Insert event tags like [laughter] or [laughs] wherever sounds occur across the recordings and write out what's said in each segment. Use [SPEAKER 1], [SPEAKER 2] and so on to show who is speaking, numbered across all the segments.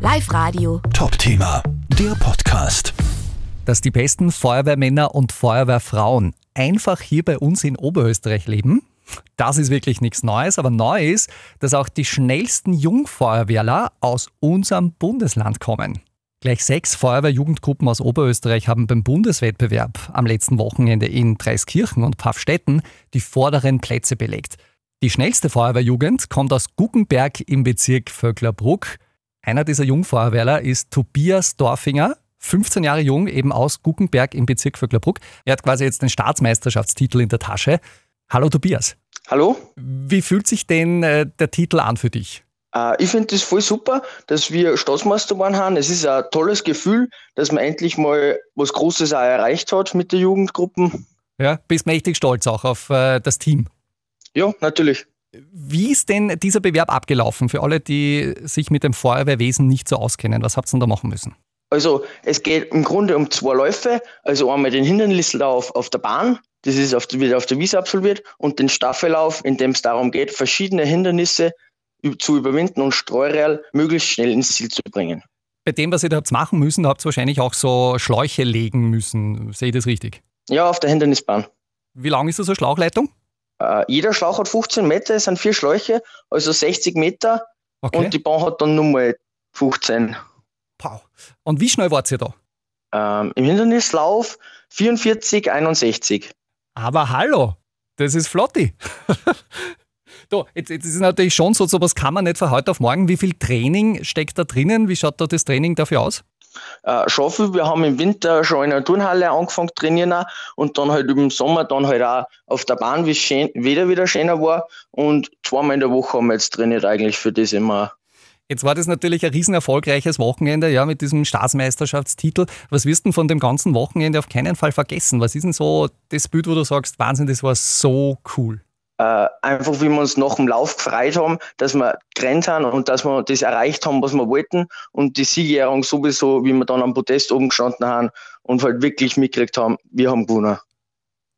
[SPEAKER 1] Live Radio.
[SPEAKER 2] Top-Thema, der Podcast.
[SPEAKER 3] dass die besten Feuerwehrmänner und Feuerwehrfrauen einfach hier bei uns in Oberösterreich leben. Das ist wirklich nichts Neues, aber neu ist, dass auch die schnellsten Jungfeuerwehrler aus unserem Bundesland kommen. Gleich sechs Feuerwehrjugendgruppen aus Oberösterreich haben beim Bundeswettbewerb am letzten Wochenende in Dreiskirchen und Pfaffstätten die vorderen Plätze belegt. Die schnellste Feuerwehrjugend kommt aus Guggenberg im Bezirk Vöcklerbruck. Einer dieser Jungfeuerwehrler ist Tobias Dorfinger, 15 Jahre jung, eben aus Guggenberg im Bezirk Vöcklerbruck. Er hat quasi jetzt den Staatsmeisterschaftstitel in der Tasche. Hallo Tobias,
[SPEAKER 4] Hallo?
[SPEAKER 3] wie fühlt sich denn äh, der Titel an für dich?
[SPEAKER 4] Äh, ich finde es voll super, dass wir Staatsmeister geworden haben. Es ist ein tolles Gefühl, dass man endlich mal was Großes auch erreicht hat mit der Jugendgruppen.
[SPEAKER 3] Ja, bist mächtig stolz auch auf äh, das Team.
[SPEAKER 4] Ja, natürlich.
[SPEAKER 3] Wie ist denn dieser Bewerb abgelaufen für alle, die sich mit dem Feuerwehrwesen nicht so auskennen? Was habt ihr denn da machen müssen?
[SPEAKER 4] Also es geht im Grunde um zwei Läufe. Also einmal den Hindernislauf auf der Bahn, das ist auf, wird auf der Wiese absolviert, und den Staffellauf, in dem es darum geht, verschiedene Hindernisse ü- zu überwinden und Streureal möglichst schnell ins Ziel zu bringen.
[SPEAKER 3] Bei dem, was ihr da habt machen müssen, habt ihr wahrscheinlich auch so Schläuche legen müssen. Sehe ich das richtig?
[SPEAKER 4] Ja, auf der Hindernisbahn.
[SPEAKER 3] Wie lang ist das so Schlauchleitung?
[SPEAKER 4] Äh, jeder Schlauch hat 15 Meter, es sind vier Schläuche, also 60 Meter.
[SPEAKER 3] Okay.
[SPEAKER 4] Und die Bahn hat dann nochmal 15.
[SPEAKER 3] Pau. Und wie schnell wart ihr da?
[SPEAKER 4] Ähm, Im Hindernislauf 44, 61.
[SPEAKER 3] Aber hallo, das ist Flotti. [laughs] du, jetzt, jetzt ist es natürlich schon so, sowas kann man nicht von heute auf morgen. Wie viel Training steckt da drinnen? Wie schaut da das Training dafür aus?
[SPEAKER 4] Äh, Schaufel, wir haben im Winter schon in der Turnhalle angefangen zu trainieren auch. und dann halt im Sommer dann halt auch auf der Bahn, wie es schön, wieder wieder schöner war. Und zweimal in der Woche haben wir jetzt trainiert eigentlich für das immer.
[SPEAKER 3] Jetzt war das natürlich ein riesen erfolgreiches Wochenende, ja, mit diesem Staatsmeisterschaftstitel. Was wirst du denn von dem ganzen Wochenende auf keinen Fall vergessen? Was ist denn so das Bild, wo du sagst, Wahnsinn, das war so cool?
[SPEAKER 4] Äh, einfach wie wir uns nach dem Lauf gefreut haben, dass wir gerannt haben und dass wir das erreicht haben, was wir wollten. Und die Siegerehrung sowieso, wie wir dann am Podest oben gestanden haben und halt wirklich mitgekriegt haben, wir haben gewonnen.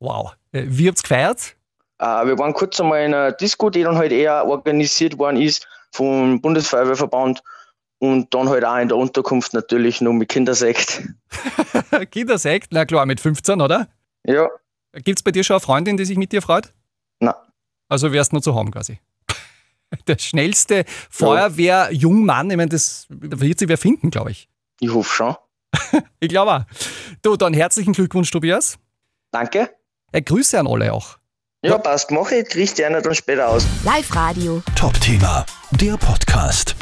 [SPEAKER 3] Wow. Äh, Wie habt's gefeiert? [laughs]
[SPEAKER 4] Äh, wir waren kurz einmal in einer Disco, die dann halt eher organisiert worden ist vom Bundesfeuerwehrverband und dann halt auch in der Unterkunft natürlich nur mit Kindersekt.
[SPEAKER 3] Kindersekt, na klar, mit 15, oder?
[SPEAKER 4] Ja,
[SPEAKER 3] Gibt's bei dir schon eine Freundin, die sich mit dir freut?
[SPEAKER 4] na,
[SPEAKER 3] Also wärst nur zu haben quasi. [laughs] Der schnellste Feuerwehrjungmann, ich meine, das wird sie wer finden, glaube ich.
[SPEAKER 4] ich hoffe schon.
[SPEAKER 3] Ich glaube auch. Du, dann herzlichen Glückwunsch, Tobias.
[SPEAKER 4] Danke.
[SPEAKER 3] Äh, Grüße an alle auch.
[SPEAKER 4] Ja, passt, mache ich, kriegt einer dann später aus.
[SPEAKER 1] Live Radio.
[SPEAKER 2] Top-Thema, der Podcast.